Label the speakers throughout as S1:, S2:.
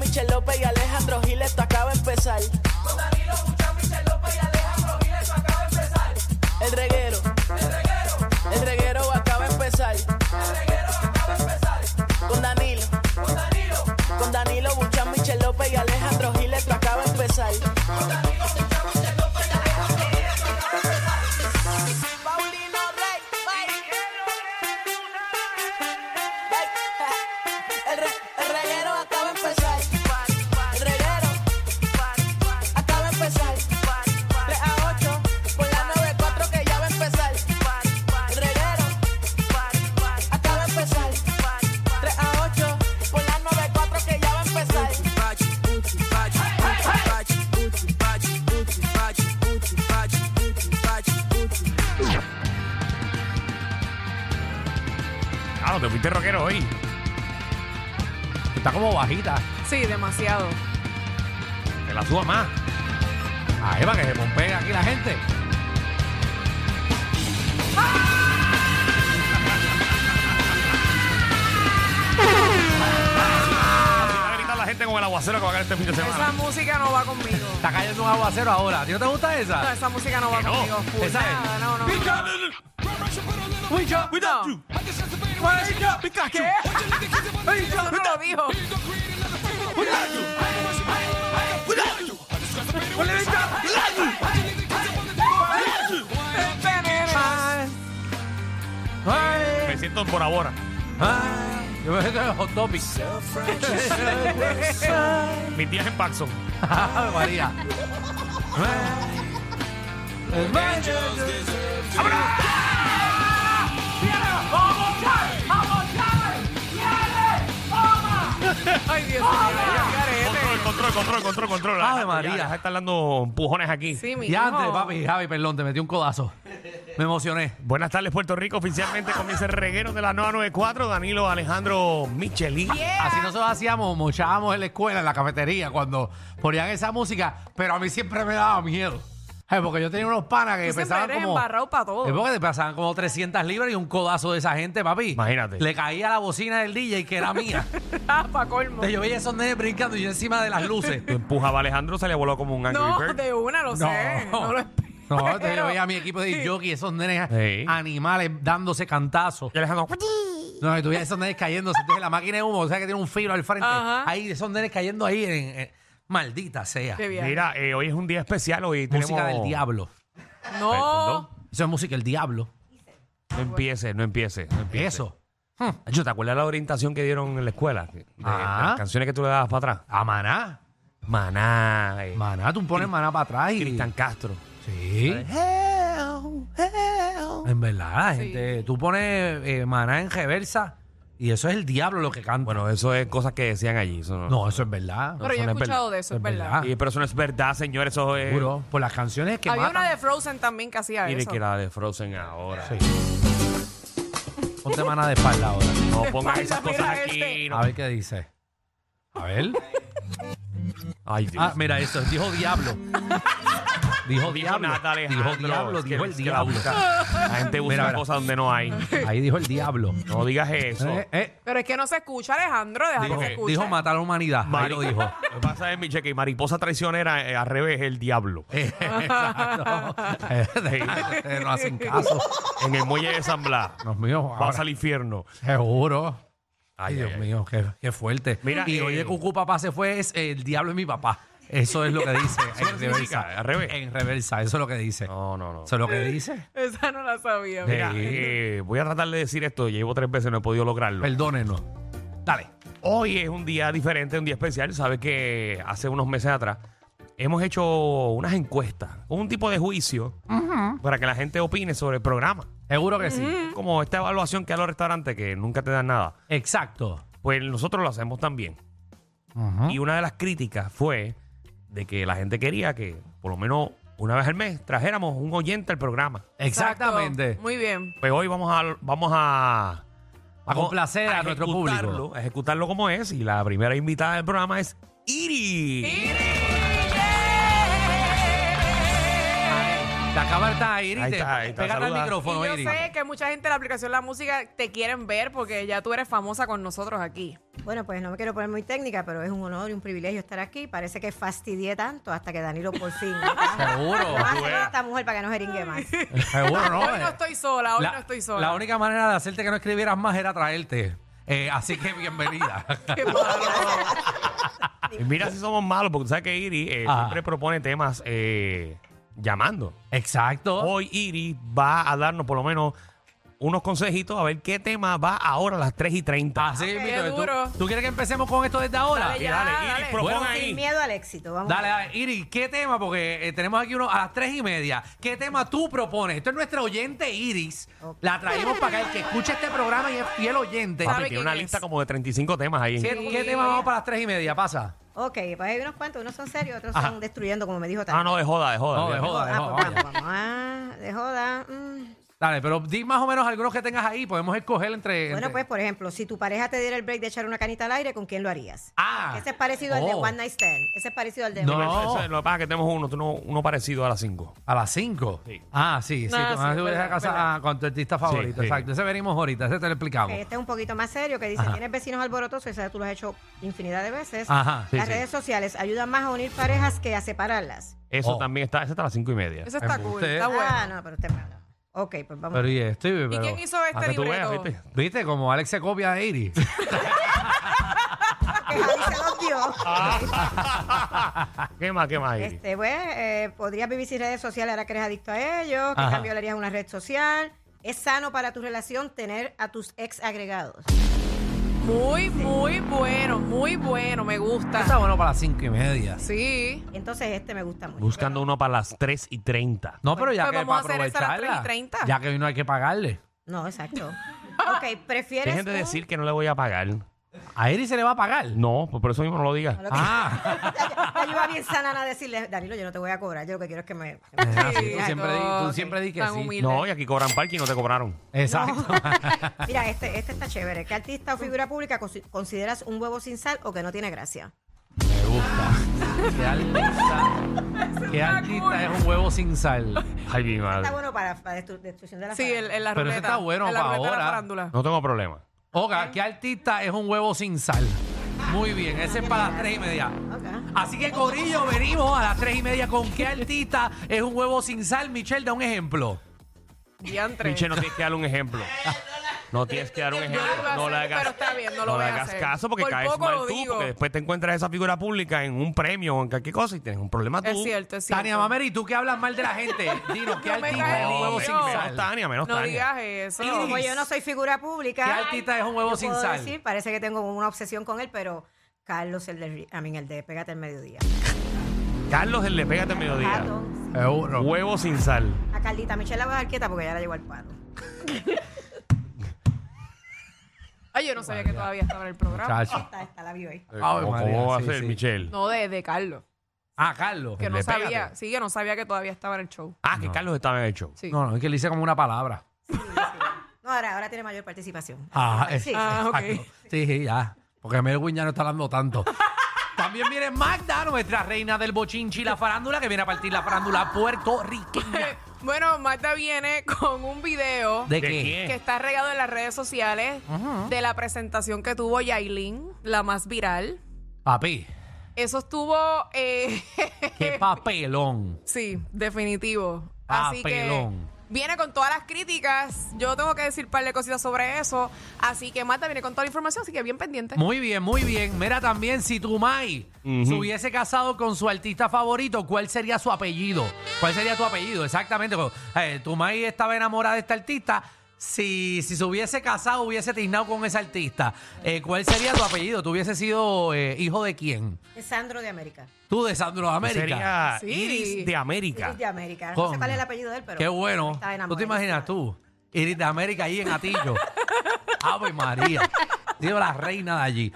S1: Michel López y Alejandro Gil, esto acaba de empezar.
S2: Con Danilo Buchan, Michel López y Alejandro Gil, esto acaba de empezar.
S1: El reguero,
S2: El reguero,
S1: el reguero acaba de empezar.
S2: el reguero acaba de empezar.
S1: Con Danilo,
S2: Con Danilo,
S1: con Danilo Buchan, Michel López y Alejandro Gil, esto acaba de empezar.
S2: con Danilo Buchan, Michel López y Alejandro Gil, esto acaba de empezar.
S1: Paulino Rey, El, re- el reguero acaba de empezar. El reguero acaba de empezar. 3 a 8 por la 94 que ya va a empezar. El reguero acaba de empezar. 3 a 8 por la 94 que ya va a empezar.
S3: Ah, no, te fuiste rockero hoy. Está como bajita.
S4: Sí, demasiado.
S3: Que la suba más. Ahí va, que se pompee aquí la gente. Así va a gritar la gente con el aguacero que va a caer este fin de
S4: Esa
S3: semana.
S4: música no va conmigo.
S5: Está cayendo un aguacero ahora. ¿A ti no te gusta
S4: No,
S5: esa?
S4: esa música no va
S3: Que no,
S4: conmigo. full.
S5: esa es.
S4: Nada, no, no. No. ¿Qué? Ay, yo no lo dijo.
S5: Ay,
S3: Me siento en Bora Bora.
S5: ay, Yo me siento en el hot topic.
S3: Mi tía es en Paxson.
S5: Ay, María. Ay,
S4: Ay, Dios mío. qué garete.
S3: Control, control, control, control, control.
S5: Ave
S3: Ya,
S5: María.
S3: Ya, se están dando empujones aquí.
S4: Sí, mi
S5: Y antes,
S4: hijo.
S5: papi, Javi, perdón, te metí un codazo. Me emocioné.
S3: Buenas tardes, Puerto Rico. Oficialmente comienza el reguero de la 994. Danilo Alejandro Michelí.
S4: Yeah.
S5: Así nosotros hacíamos, mochábamos en la escuela, en la cafetería, cuando ponían esa música, pero a mí siempre me daba miedo. Ay, porque yo tenía unos panas que
S4: Tú siempre
S5: pesaban
S4: eres
S5: como...
S4: embarrado pa' todo.
S5: Es porque te pesaban como 300 libras y un codazo de esa gente, papi.
S3: Imagínate.
S5: Le caía la bocina del DJ que era mía.
S4: Ah, pa' colmo.
S5: Entonces yo veía esos nenes brincando y yo encima de las luces.
S3: Lo empujaba a Alejandro, se le voló como un Angry
S4: No,
S3: Bird.
S4: de una lo sé. No lo espero.
S5: No, entonces yo veía a mi equipo de jockey, esos nenes
S3: Sí.
S5: animales dándose cantazos.
S3: Y Alejandro,
S5: No, y tú veías esos nenes cayéndose. Entonces la máquina de humo, o sea que tiene un filo al frente.
S4: Ajá.
S5: Ahí, esos nenes cayendo ahí en- en- maldita sea.
S4: Qué bien.
S3: mira, eh, hoy es un día especial. Hoy
S5: Música
S3: tenemos-
S5: del diablo.
S4: No.
S3: Perdón.
S5: Eso es música del diablo.
S3: No empiece, no empiece. No empiece.
S5: Eso.
S3: Yo, ¿te acuerdas la orientación que dieron en la escuela? De- de
S5: Ah.
S3: las canciones que tú le dabas para atrás.
S5: A maná.
S3: Maná, eh,
S5: Maná, tú pones maná para atrás y.
S3: Cristian Castro.
S5: Sí. En verdad, la gente. Tú pones eh, maná en reversa y eso es el diablo lo que canta.
S3: Bueno, eso es cosas que decían allí. Eso no.
S5: no, eso es verdad.
S4: Pero yo
S3: eso
S4: he
S3: no es
S4: escuchado
S3: verdad.
S4: de eso, es
S5: Es
S4: verdad.
S5: verdad.
S3: Sí, pero eso no es verdad, señor. Eso es.
S5: Ah. Juro. Por las canciones que
S4: Había
S5: matan.
S4: una de Frozen también que hacía
S3: Mire
S4: eso.
S3: que la de Frozen ahora.
S5: Ponte maná de espalda ahora.
S3: No pongas
S4: Espalda,
S3: esas cosas
S4: mira
S3: aquí.
S4: este.
S3: no.
S5: A ver qué dice. A ver.
S3: Ay, Dios.
S5: Ah, mira eso. Dijo diablo. Dijo diablo.
S3: nada, Alejandro.
S5: dijo diablo.
S3: Es que-
S5: Dijo el
S3: es que la
S5: diablo.
S3: busca. La gente busca
S5: Mira, mira.
S3: cosas donde no hay.
S5: Ahí dijo el diablo.
S3: No digas eso.
S5: Eh, eh.
S4: Pero es que no se escucha, Alejandro.
S6: Ah,
S4: Deja
S5: Dijo,
S4: que se escuche.
S5: dijo matar a la humanidad. Ahí
S3: Mari-
S5: lo dijo.
S3: Lo que pasa es, Miche, que mariposa traicionera, eh, al revés, el diablo.
S5: Eh, Exacto. Eh, no hacen caso.
S3: En el muelle de San Blas.
S5: Dios mío, ahora-
S3: Vas al infierno.
S5: seguro. Ay,
S3: Ay,
S5: Dios
S3: ay, ay.
S5: mío, qué, qué fuerte.
S3: Mira,
S5: y
S3: eh,
S5: oye, Cucu Papá se fue, es el diablo es mi papá. Eso es lo que dice en
S3: significa,
S5: reversa.
S3: al revés.
S5: En reversa, eso es lo que dice.
S3: No, no, no.
S5: Eso es lo que dice.
S4: Esa no la sabía.
S5: Sí.
S3: Mira, eh, voy a tratar de decir esto. Llevo tres veces, no he podido lograrlo.
S5: Perdónenos. Dale.
S3: Hoy es un día diferente, un día especial. Sabes que hace unos meses atrás hemos hecho unas encuestas, un tipo de juicio para que la gente opine sobre el programa.
S5: Seguro que sí.
S6: Mm-hmm.
S3: Como esta evaluación que hay a los restaurantes que nunca te dan nada.
S5: Exacto.
S3: Pues nosotros lo hacemos también. Y una de las críticas fue de que la gente quería que por lo menos una vez al mes trajéramos un oyente al programa.
S4: Exacto.
S5: Exactamente.
S4: Muy bien.
S3: Pues hoy vamos a vamos a
S5: A complacer a nuestro
S3: ejecutarlo,
S5: público.
S3: a ejecutarlo como es y la primera invitada del programa es Iri.
S4: Mire.
S5: La cámara está ahí, Iris.
S3: Ahí
S5: te-
S3: está, ahí está,
S5: Pégate al
S3: saluda.
S5: micrófono,
S6: Y yo
S5: Iris.
S6: sé que mucha gente de la aplicación La Música te quieren ver porque ya tú eres famosa con nosotros aquí.
S7: Bueno, pues no me quiero poner muy técnica, pero es un honor y un privilegio estar aquí. Parece que fastidié tanto hasta que Danilo por fin.
S5: Seguro.
S7: Vamos a hacer a esta mujer para que no jeringue más.
S5: Seguro, ¿no? eh,
S6: Hoy no estoy sola, hoy
S5: la,
S6: no estoy sola.
S5: la única manera de hacerte que no escribieras más era traerte. Eh, así que bienvenida.
S6: Qué malo.
S3: Y Mira si somos malos, porque tú sabes que Iri eh,
S5: Ajá.
S3: siempre propone temas eh, llamando.
S5: Exacto.
S3: Hoy Iri va a darnos por lo menos unos consejitos a ver qué tema va ahora a las 3 y 30.
S5: Así,
S6: Qué
S5: Mito, ¿tú-
S6: duro.
S5: ¿tú, quieres que empecemos con esto desde ahora?
S6: Dale,
S3: Y
S6: ya,
S3: dale, Iri,
S6: dale.
S3: propon
S5: Bueno,
S7: Sin
S3: ahí.
S7: miedo al éxito, vamos.
S5: Dale, dale, Iri, ¿qué tema? Porque eh, tenemos aquí uno a las tres y media. ¿Qué tema tú propones? Esto es nuestra oyente Iris.
S7: Ok.
S5: La traímos para acá. El que escucha este programa y es fiel oyente.
S3: Papi,
S6: ¿Sabe
S3: tiene
S6: quién
S3: una
S6: es?
S3: lista como de 35 temas ahí.
S5: ¿Qué,
S6: Sí.
S5: qué tema vamos para las tres y media? Pasa.
S7: Ok, pues hay unos cuantos, unos son serios, otros
S5: Ajá.
S7: son destruyendo, como me dijo
S3: Ah,
S7: Tania.
S3: no, de joda, de joda.
S5: No, de
S3: olvídate.
S5: joda, de
S7: Ah,
S5: joda.
S7: pues
S5: vaya.
S7: vamos, vamos. Ah, de joda. mm.
S5: Dale, pero di más o menos algunos que tengas ahí. Podemos escoger entre...
S7: Bueno,
S5: entre-
S7: pues, por ejemplo, si tu pareja te diera el break de echar una canita al aire, ¿con quién lo harías?
S5: Ah.
S7: Ese es parecido al de
S5: Oh.
S7: One Night Stand. Ese es parecido al de...
S5: No.
S3: Eso- eso- lo que pasa es que tenemos uno, tú no- uno parecido a las 5.
S5: A las 5.
S3: Sí.
S5: Ah, sí, sí.
S6: Ah,
S5: Cuando
S6: sí,
S5: tú vienes a
S6: verdad,
S5: casa
S6: verdad.
S5: ah, con tu artista favorito.
S3: sí.
S5: Exacto. Ese venimos ahorita, ese te lo explicamos.
S7: Ok, Este es un poquito más serio, que dice,
S5: Ajá.
S7: tienes vecinos alborotosos, ese tú lo has hecho infinidad de veces.
S5: Ajá, sí,
S7: Las
S5: sí.
S7: redes sociales ayudan más a unir parejas que a separarlas.
S3: Eso
S5: Oh.
S3: también está, ese está a las 5 y media.
S6: Eso está
S5: Embuste.
S6: cool, está
S7: Ah,
S6: bueno.
S7: no, pero usted me habla. Ok, pues vamos.
S5: Pero y esto, pero,
S6: ¿Y quién
S5: Ah,
S6: hizo
S3: Para
S6: este
S3: que tú veas,
S6: libreto?
S3: ¿viste?
S5: ¿Viste? Como Alex se copia de Iris.
S7: Ah, Que Javi se los dio.
S5: Ah,
S3: Ah, ¿Qué más, qué más, Iri?
S7: Este, pues, eh, podrías vivir sin redes sociales ahora que eres adicto a ellos. ¿Qué
S5: Ajá.
S7: cambio le harías a una red social? ¿Es sano para tu relación tener a tus ex agregados?
S6: Muy, muy bueno, muy bueno, me
S5: Está
S6: gusta.
S5: bueno para las cinco y media.
S6: Sí.
S7: Entonces, este me gusta mucho.
S3: Buscando uno para las 3 y 30.
S5: No, pero ya
S6: Pues
S5: que
S6: vamos a
S5: para
S6: hacer esa a las
S5: aprovecharla,
S6: 3:30.
S5: Ya que hoy no hay que pagarle.
S7: No, exacto. ok, prefieres.
S3: Dejen de
S7: un-
S3: decir que no le voy a pagar.
S5: A Iris se le va a pagar.
S3: No, pues por eso mismo no lo digas.
S7: Lo que-
S5: Ah,
S7: La ayuda bien sana a decirle, Danilo, yo no te voy a cobrar, yo lo que quiero es que me... que me-
S5: Ah, sí, tú
S6: Exacto.
S5: siempre di- tú siempre di que
S6: Tan
S5: sí.
S6: humilde.
S3: No, y aquí cobran parking y no te cobraron.
S5: exacto.
S7: Mira, este, este está chévere. ¿Qué artista o figura pública consi- consideras un huevo sin sal o que no tiene gracia?
S5: Me gusta. Qué artista. Qué artista es un huevo sin sal.
S3: Ay, mi madre.
S7: Está bueno para, para destru- destrucción de la
S6: Sí,
S7: farándula.
S6: en, en la
S5: Pero
S6: ruleta.
S5: ese está bueno
S6: en la
S5: pa'
S6: ruleta de la
S5: ahora.
S6: farándula.
S3: No tengo problema.
S5: Oga, ¿qué artista es un huevo sin sal? Muy bien, ese es para las tres y media.
S7: Ok.
S5: Así que, Corillo, venimos a las tres y media con qué artista es un huevo sin sal. Michelle, da un ejemplo.
S6: Diantre.
S3: Piche, no tienes que dar un ejemplo. No tienes que dar un
S6: Yo
S3: ejemplo.
S6: lo iba a
S3: No le
S6: hacer,
S3: hagas,
S6: pero está bien, no lo
S3: no le
S6: voy a
S3: hagas
S6: hacer.
S3: caso porque
S6: Por
S3: caes
S6: poco
S3: mal
S6: lo
S3: tú,
S6: digo.
S3: porque después te encuentras a esa figura pública en un premio o en cualquier cosa y tienes un problema tú.
S6: Es cierto, es cierto.
S5: Tania Mameri, tú que hablas mal de la gente, dinos qué
S6: No me
S5: artista es
S6: traigas
S5: un huevo
S6: eso.
S5: sin
S3: Menos
S5: sal.
S3: Tania, menos
S6: No
S3: Tania.
S6: digas eso.
S7: Como yo no soy figura pública...
S5: ¿Qué artista es un huevo
S7: yo
S5: sin
S7: puedo
S5: sal?
S7: decir, parece que tengo una obsesión con él, pero Carlos, el de... Ri- A mí, el de Pégate al Mediodía.
S3: Carlos, el de Pégate al
S7: A,
S3: Mediodía.
S7: Don-
S5: Seguro.
S3: Huevo sin sal.
S7: a Carlita Michelle la voy a dejar quieta porque ya la llevo al paro.
S6: Ay, yo no sabía que todavía estaba en el programa.
S5: Chacho.
S7: Está, está la vio ahí.
S5: Eh, Ave
S3: ¿Cómo,
S5: María,
S3: cómo va a
S5: sí,
S3: ser,
S5: sí.
S3: Michelle?
S6: No, de, de Carlos.
S5: Ah, Carlos.
S6: Que no
S3: Le pégate.
S6: sabía. Sí, que no sabía que todavía estaba en el show.
S3: Ah, que Carlos estaba en el show.
S6: Sí.
S5: No, no, es que le hice como una palabra.
S7: No, ahora, ahora tiene mayor participación.
S5: Ah, es-
S7: Sí.
S6: Ah, ok.
S5: exacto. Sí, sí, ya. Porque Melwin ya no está hablando tanto. También viene Magda, nuestra reina del bochinchi y la farándula, que viene a partir la farándula puertorriqueña.
S6: Bueno, Marta viene con un video
S3: ¿De
S5: ¿De, qué?
S3: quién?
S6: que está regado en las redes sociales de la presentación que tuvo Yailin, la más viral.
S5: Papi,
S6: Eso estuvo... eh,
S5: qué papelón.
S6: Sí, definitivo.
S5: Ah,
S6: Así que
S5: Papelón.
S6: viene con todas las críticas. Yo tengo que decir un par de cositas sobre eso. Así que Marta viene con toda la información, así que bien pendiente.
S5: Muy bien, muy bien. Mira también, si Tumay se hubiese casado con su artista favorito, ¿cuál sería su apellido? ¿Cuál sería tu apellido? Exactamente. Eh, Tumay estaba enamorada de este artista. Si, si se hubiese casado, hubiese tiznado con ese artista, eh, ¿cuál sería tu apellido? ¿Tú hubiese sido eh, hijo de quién?
S7: Es Sandro de América.
S5: Tú de Sandro de
S3: Sería
S5: América.
S6: Sí.
S3: Iris de América.
S7: Iris de América. No
S5: Con-
S7: sé cuál es el apellido de él, pero.
S5: Qué bueno.
S7: está enamorado.
S5: ¿Tú te imaginas tú? Iris de América ahí en Atillo. Ave María. Digo, la reina de allí.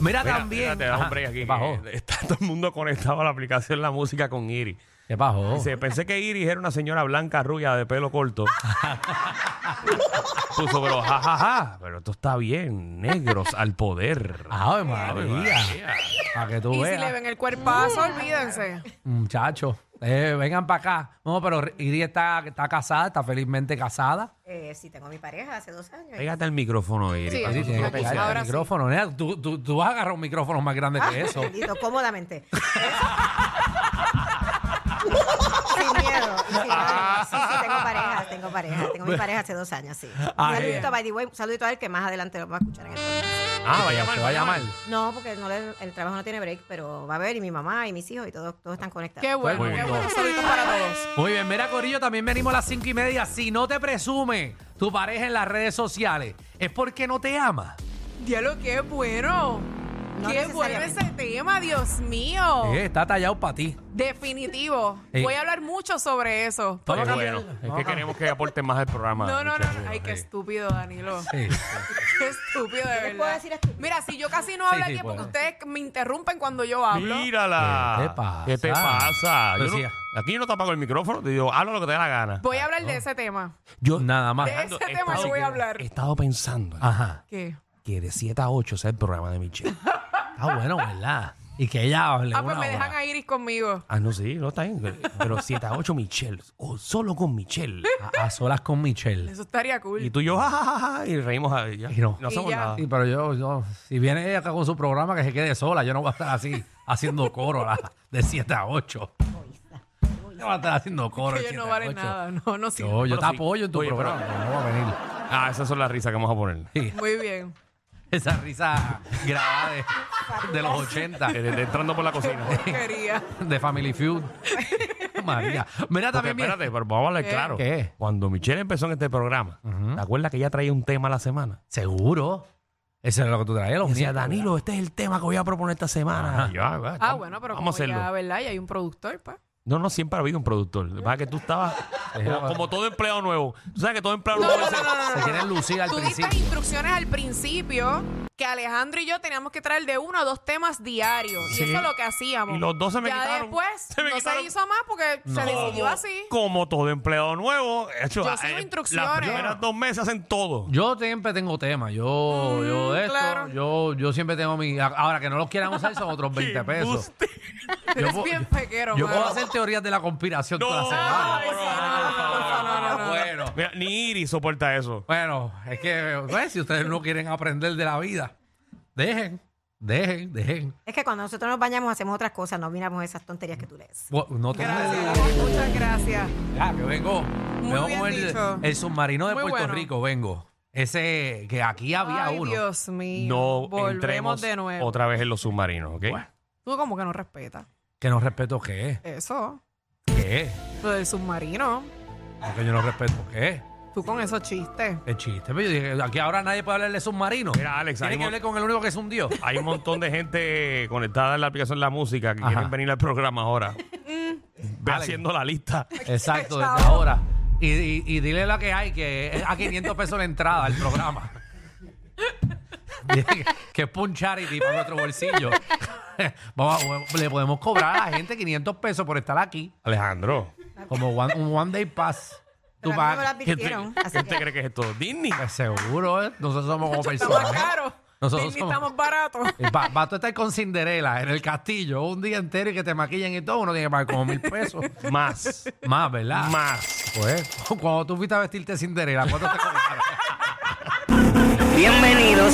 S5: Mira,
S3: Mira,
S5: también.
S3: espérate, da un
S5: Ajá,
S3: break
S5: ¿qué
S3: aquí,
S5: pasó?
S3: que Está todo el mundo conectado a la aplicación La Música con Iri.
S5: ¿Qué pasó?
S3: Dice, pensé que Iris era una señora blanca rubia de pelo corto. Puso, pero jajaja, pero esto está bien, negros al poder.
S5: Ave María. Para que tú
S6: Y si
S5: veas.
S6: le ven el cuerpazo, olvídense.
S5: Muchachos, eh, vengan para acá. No, pero Iri está, está casada, está felizmente casada.
S7: Eh, sí, tengo a mi pareja hace dos años.
S3: Pégate el micrófono, Iris.
S6: Sí,
S3: para
S5: Iri
S6: Ahora
S5: tiene que
S3: nosotros
S5: pegarle
S3: pulsear.
S5: al
S6: ahora sí.
S5: micrófono. nena. Tú, tú, tú vas a agarrar un micrófono más grande
S7: Ah,
S5: que eso.
S7: bendito, cómodamente. sin miedo. sin miedo. Sí, sí, tengo pareja, tengo pareja. Tengo mi pareja hace dos años, sí.
S5: Ah,
S7: un saludito
S5: bien.
S7: a by the way, un saludito a él que más adelante lo va a escuchar en el programa.
S3: Ah, vaya mal,
S5: Te va a
S3: vaya
S5: llamar.
S3: mal.
S7: No, porque no le- el trabajo no tiene break, pero va a ver y mi mamá y mis hijos y todos, todos están conectados.
S6: Qué bueno,
S5: Muy
S6: qué
S5: bien.
S6: bueno. Saluditos para todos.
S5: Muy bien, mira Corillo, también venimos a las cinco y media. Si no te presume tu pareja en las redes sociales, es porque no te ama.
S6: Diablo, qué bueno.
S7: No
S6: qué bueno
S7: necesariamente.
S6: ese tema, Dios mío.
S5: Eh, está tallado para ti.
S6: Definitivo.
S5: Eh.
S6: Voy a hablar mucho sobre eso.
S5: Vamos a
S3: Qué
S5: cambiar.
S3: bueno. Es
S5: Vamos
S3: que
S5: a-
S3: queremos que aporten más al programa.
S6: No, no, no.
S3: muchachos.
S6: Ay, qué
S3: Sí.
S6: estúpido, Danilo.
S5: Sí.
S6: Qué estúpido, de
S7: les
S6: verdad.
S7: puedo decir estúpido?
S6: Mira, si yo casi no
S5: Sí,
S6: hablo
S5: sí,
S6: aquí porque
S5: puedo.
S6: ustedes me interrumpen cuando yo hablo.
S3: Mírala.
S5: ¿Qué te pasa?
S3: ¿Qué te pasa? Yo
S5: Pues
S3: no-
S5: sí.
S3: aquí yo no te apago el micrófono, te digo, hazlo lo que te dé la gana.
S6: Voy a hablar de ese tema.
S3: Yo Ah,
S5: Nada más.
S6: De ese tema yo voy a hablar.
S3: he estado pensando
S5: Ajá.
S6: ¿Qué?
S3: que de 7 a 8 sea el programa de Michelle.
S5: Está bueno, ¿verdad? Y que ella hable.
S6: Ah, pues
S5: una
S6: me
S5: hora.
S6: dejan a Iris conmigo.
S3: ah, no, sí, no está bien. Pero 7 a 8 Michelle. O solo con Michelle.
S5: a, a solas con Michelle.
S6: Eso estaría cool.
S3: Y tú y yo, ja, ja, ja, ja, y reímos. A ella.
S5: Y no.
S3: no hacemos
S6: Y ya.
S3: nada.
S5: Sí, pero yo, yo, si viene ella acá con su programa, que se quede sola. Yo no voy a estar así haciendo coro la- de 7 a 8. No voy a estar haciendo coro. de
S6: Ellos no
S5: 7 a
S6: valen
S5: 8.
S6: nada. No, no sirve.
S5: Yo, yo te
S3: Pero sí.
S5: apoyo en tu
S3: Oye, pero-
S5: programa. pero No va a venir.
S3: Ah, esas son las risas que vamos a poner.
S5: Sí,
S6: Muy bien.
S5: esa risa grabada de, de los 80,
S3: Eh, de- de entrando por la cocina.
S6: Porquería.
S5: de Family Feud. María.
S3: Porque,
S5: Mira también. bien-
S3: espérate, pero vamos a hablar
S6: ¿Qué?
S3: claro.
S5: ¿Qué?
S3: Cuando Michelle empezó en este programa, ¿te acuerdas que ella traía un tema a la semana?
S5: Seguro. Eso es lo que tú traes, los
S3: Y decía,
S5: nietos,
S3: Danilo, este es el tema que voy a proponer esta semana. Y yo, ah, va,
S6: Ah, bueno, pero
S3: vamos a
S6: como
S3: hacerlo.
S6: ya, ¿verdad? Y hay un productor, pa.
S3: No, no, siempre ha habido un productor. Lo que pasa es que tú estabas como, como todo empleado nuevo. Tú sabes que todo empleado
S6: No,
S3: nuevo
S6: no,
S3: se-
S6: no, no, no,
S5: Se
S6: no.
S5: quieren lucir al
S6: Tú diste
S5: principio.
S6: instrucciones al principio que Alejandro y yo teníamos que traer de uno a dos temas diarios.
S3: Sí.
S6: Y eso es lo que hacíamos.
S3: Y los dos se me
S6: ya
S3: quitaron.
S6: después
S3: Se me
S6: no
S3: quitaron.
S6: se hizo más porque se decidió así.
S3: Como todo empleado nuevo. de hecho, eh,
S6: Yo sigo instrucciones.
S3: Las primeras dos meses hacen todo.
S5: Yo siempre tengo temas. Yo, yo de esto,
S6: Mm, claro.
S5: yo, yo siempre tengo mi. a- Ahora que no los quieran usar son otros 20 pesos.
S3: Embuste.
S6: Eres
S5: puedo-
S6: bien pequero,
S5: Yo
S6: mano.
S5: puedo hacer teorías de la conspiración
S3: No,
S5: toda la
S3: no,
S5: semana. Ah,
S3: no, no, no, no, no, no.
S5: Bueno,
S3: Mira, ni Iris soporta eso.
S5: bueno, es que pues, si ustedes no quieren aprender de la vida, dejen, dejen, dejen.
S7: Es que cuando nosotros nos bañamos hacemos otras cosas, no miramos esas tonterías que tú lees.
S5: Bu- No te
S6: Gracias, muchas gracias.
S5: Ya, que vengo.
S6: Muy
S5: vengo
S6: bien
S5: como el,
S6: dicho.
S5: el submarino de
S6: Muy
S5: Puerto
S6: bueno.
S5: Rico, vengo. Ese que aquí había
S6: Ay,
S5: uno.
S6: Dios mío.
S3: No
S6: Volvemos
S3: entremos
S6: de nuevo.
S3: otra vez en los submarinos, ¿ok?
S6: Tú como que no respetas.
S5: Que no respeto qué.
S6: Eso.
S5: ¿Qué?
S6: Lo del submarino.
S5: No, que yo no respeto qué.
S6: Tú con esos chistes.
S5: El chiste. Pero yo dije, aquí ahora nadie puede hablar de submarino.
S3: Mira, Alex,
S5: Tiene
S3: hay
S5: que
S3: mo-
S5: hablar con el único que es un dios.
S3: Hay un montón de gente conectada en la aplicación La Música que
S5: Ajá.
S3: quieren venir al programa ahora. Ve
S5: Alex.
S3: haciendo la lista.
S5: Exacto,
S6: Chao.
S5: desde ahora. Y, y- y dile la que hay, que es a 500 pesos la entrada al programa. Dile que- que es pa' un charity para nuestro bolsillo. Vamos, a- le podemos cobrar a la gente 500 pesos por estar aquí.
S3: Alejandro,
S5: Como one- un one day pass. Tú
S7: Pero a mí no me lo
S5: pagas.
S3: ¿qué te,
S7: advirtieron.
S3: qué
S7: Así
S3: te
S7: que
S3: crees que es esto? ¿Disney?
S5: Pues seguro, ¿eh? Nosotros somos como
S6: Estamos
S5: personas.
S6: caros.
S5: Nosotros
S6: Disney
S5: somos-
S6: estamos baratos.
S5: Eh, Va, va tú a estar con Cinderela en el castillo un día entero y que te maquillen y todo, uno tiene que pagar como mil pesos.
S3: Más.
S5: Más, ¿verdad?
S3: Más.
S5: Pues, cuando tú fuiste a vestirte de Cinderela, ¿cuánto te cobraron?
S1: Bienvenidos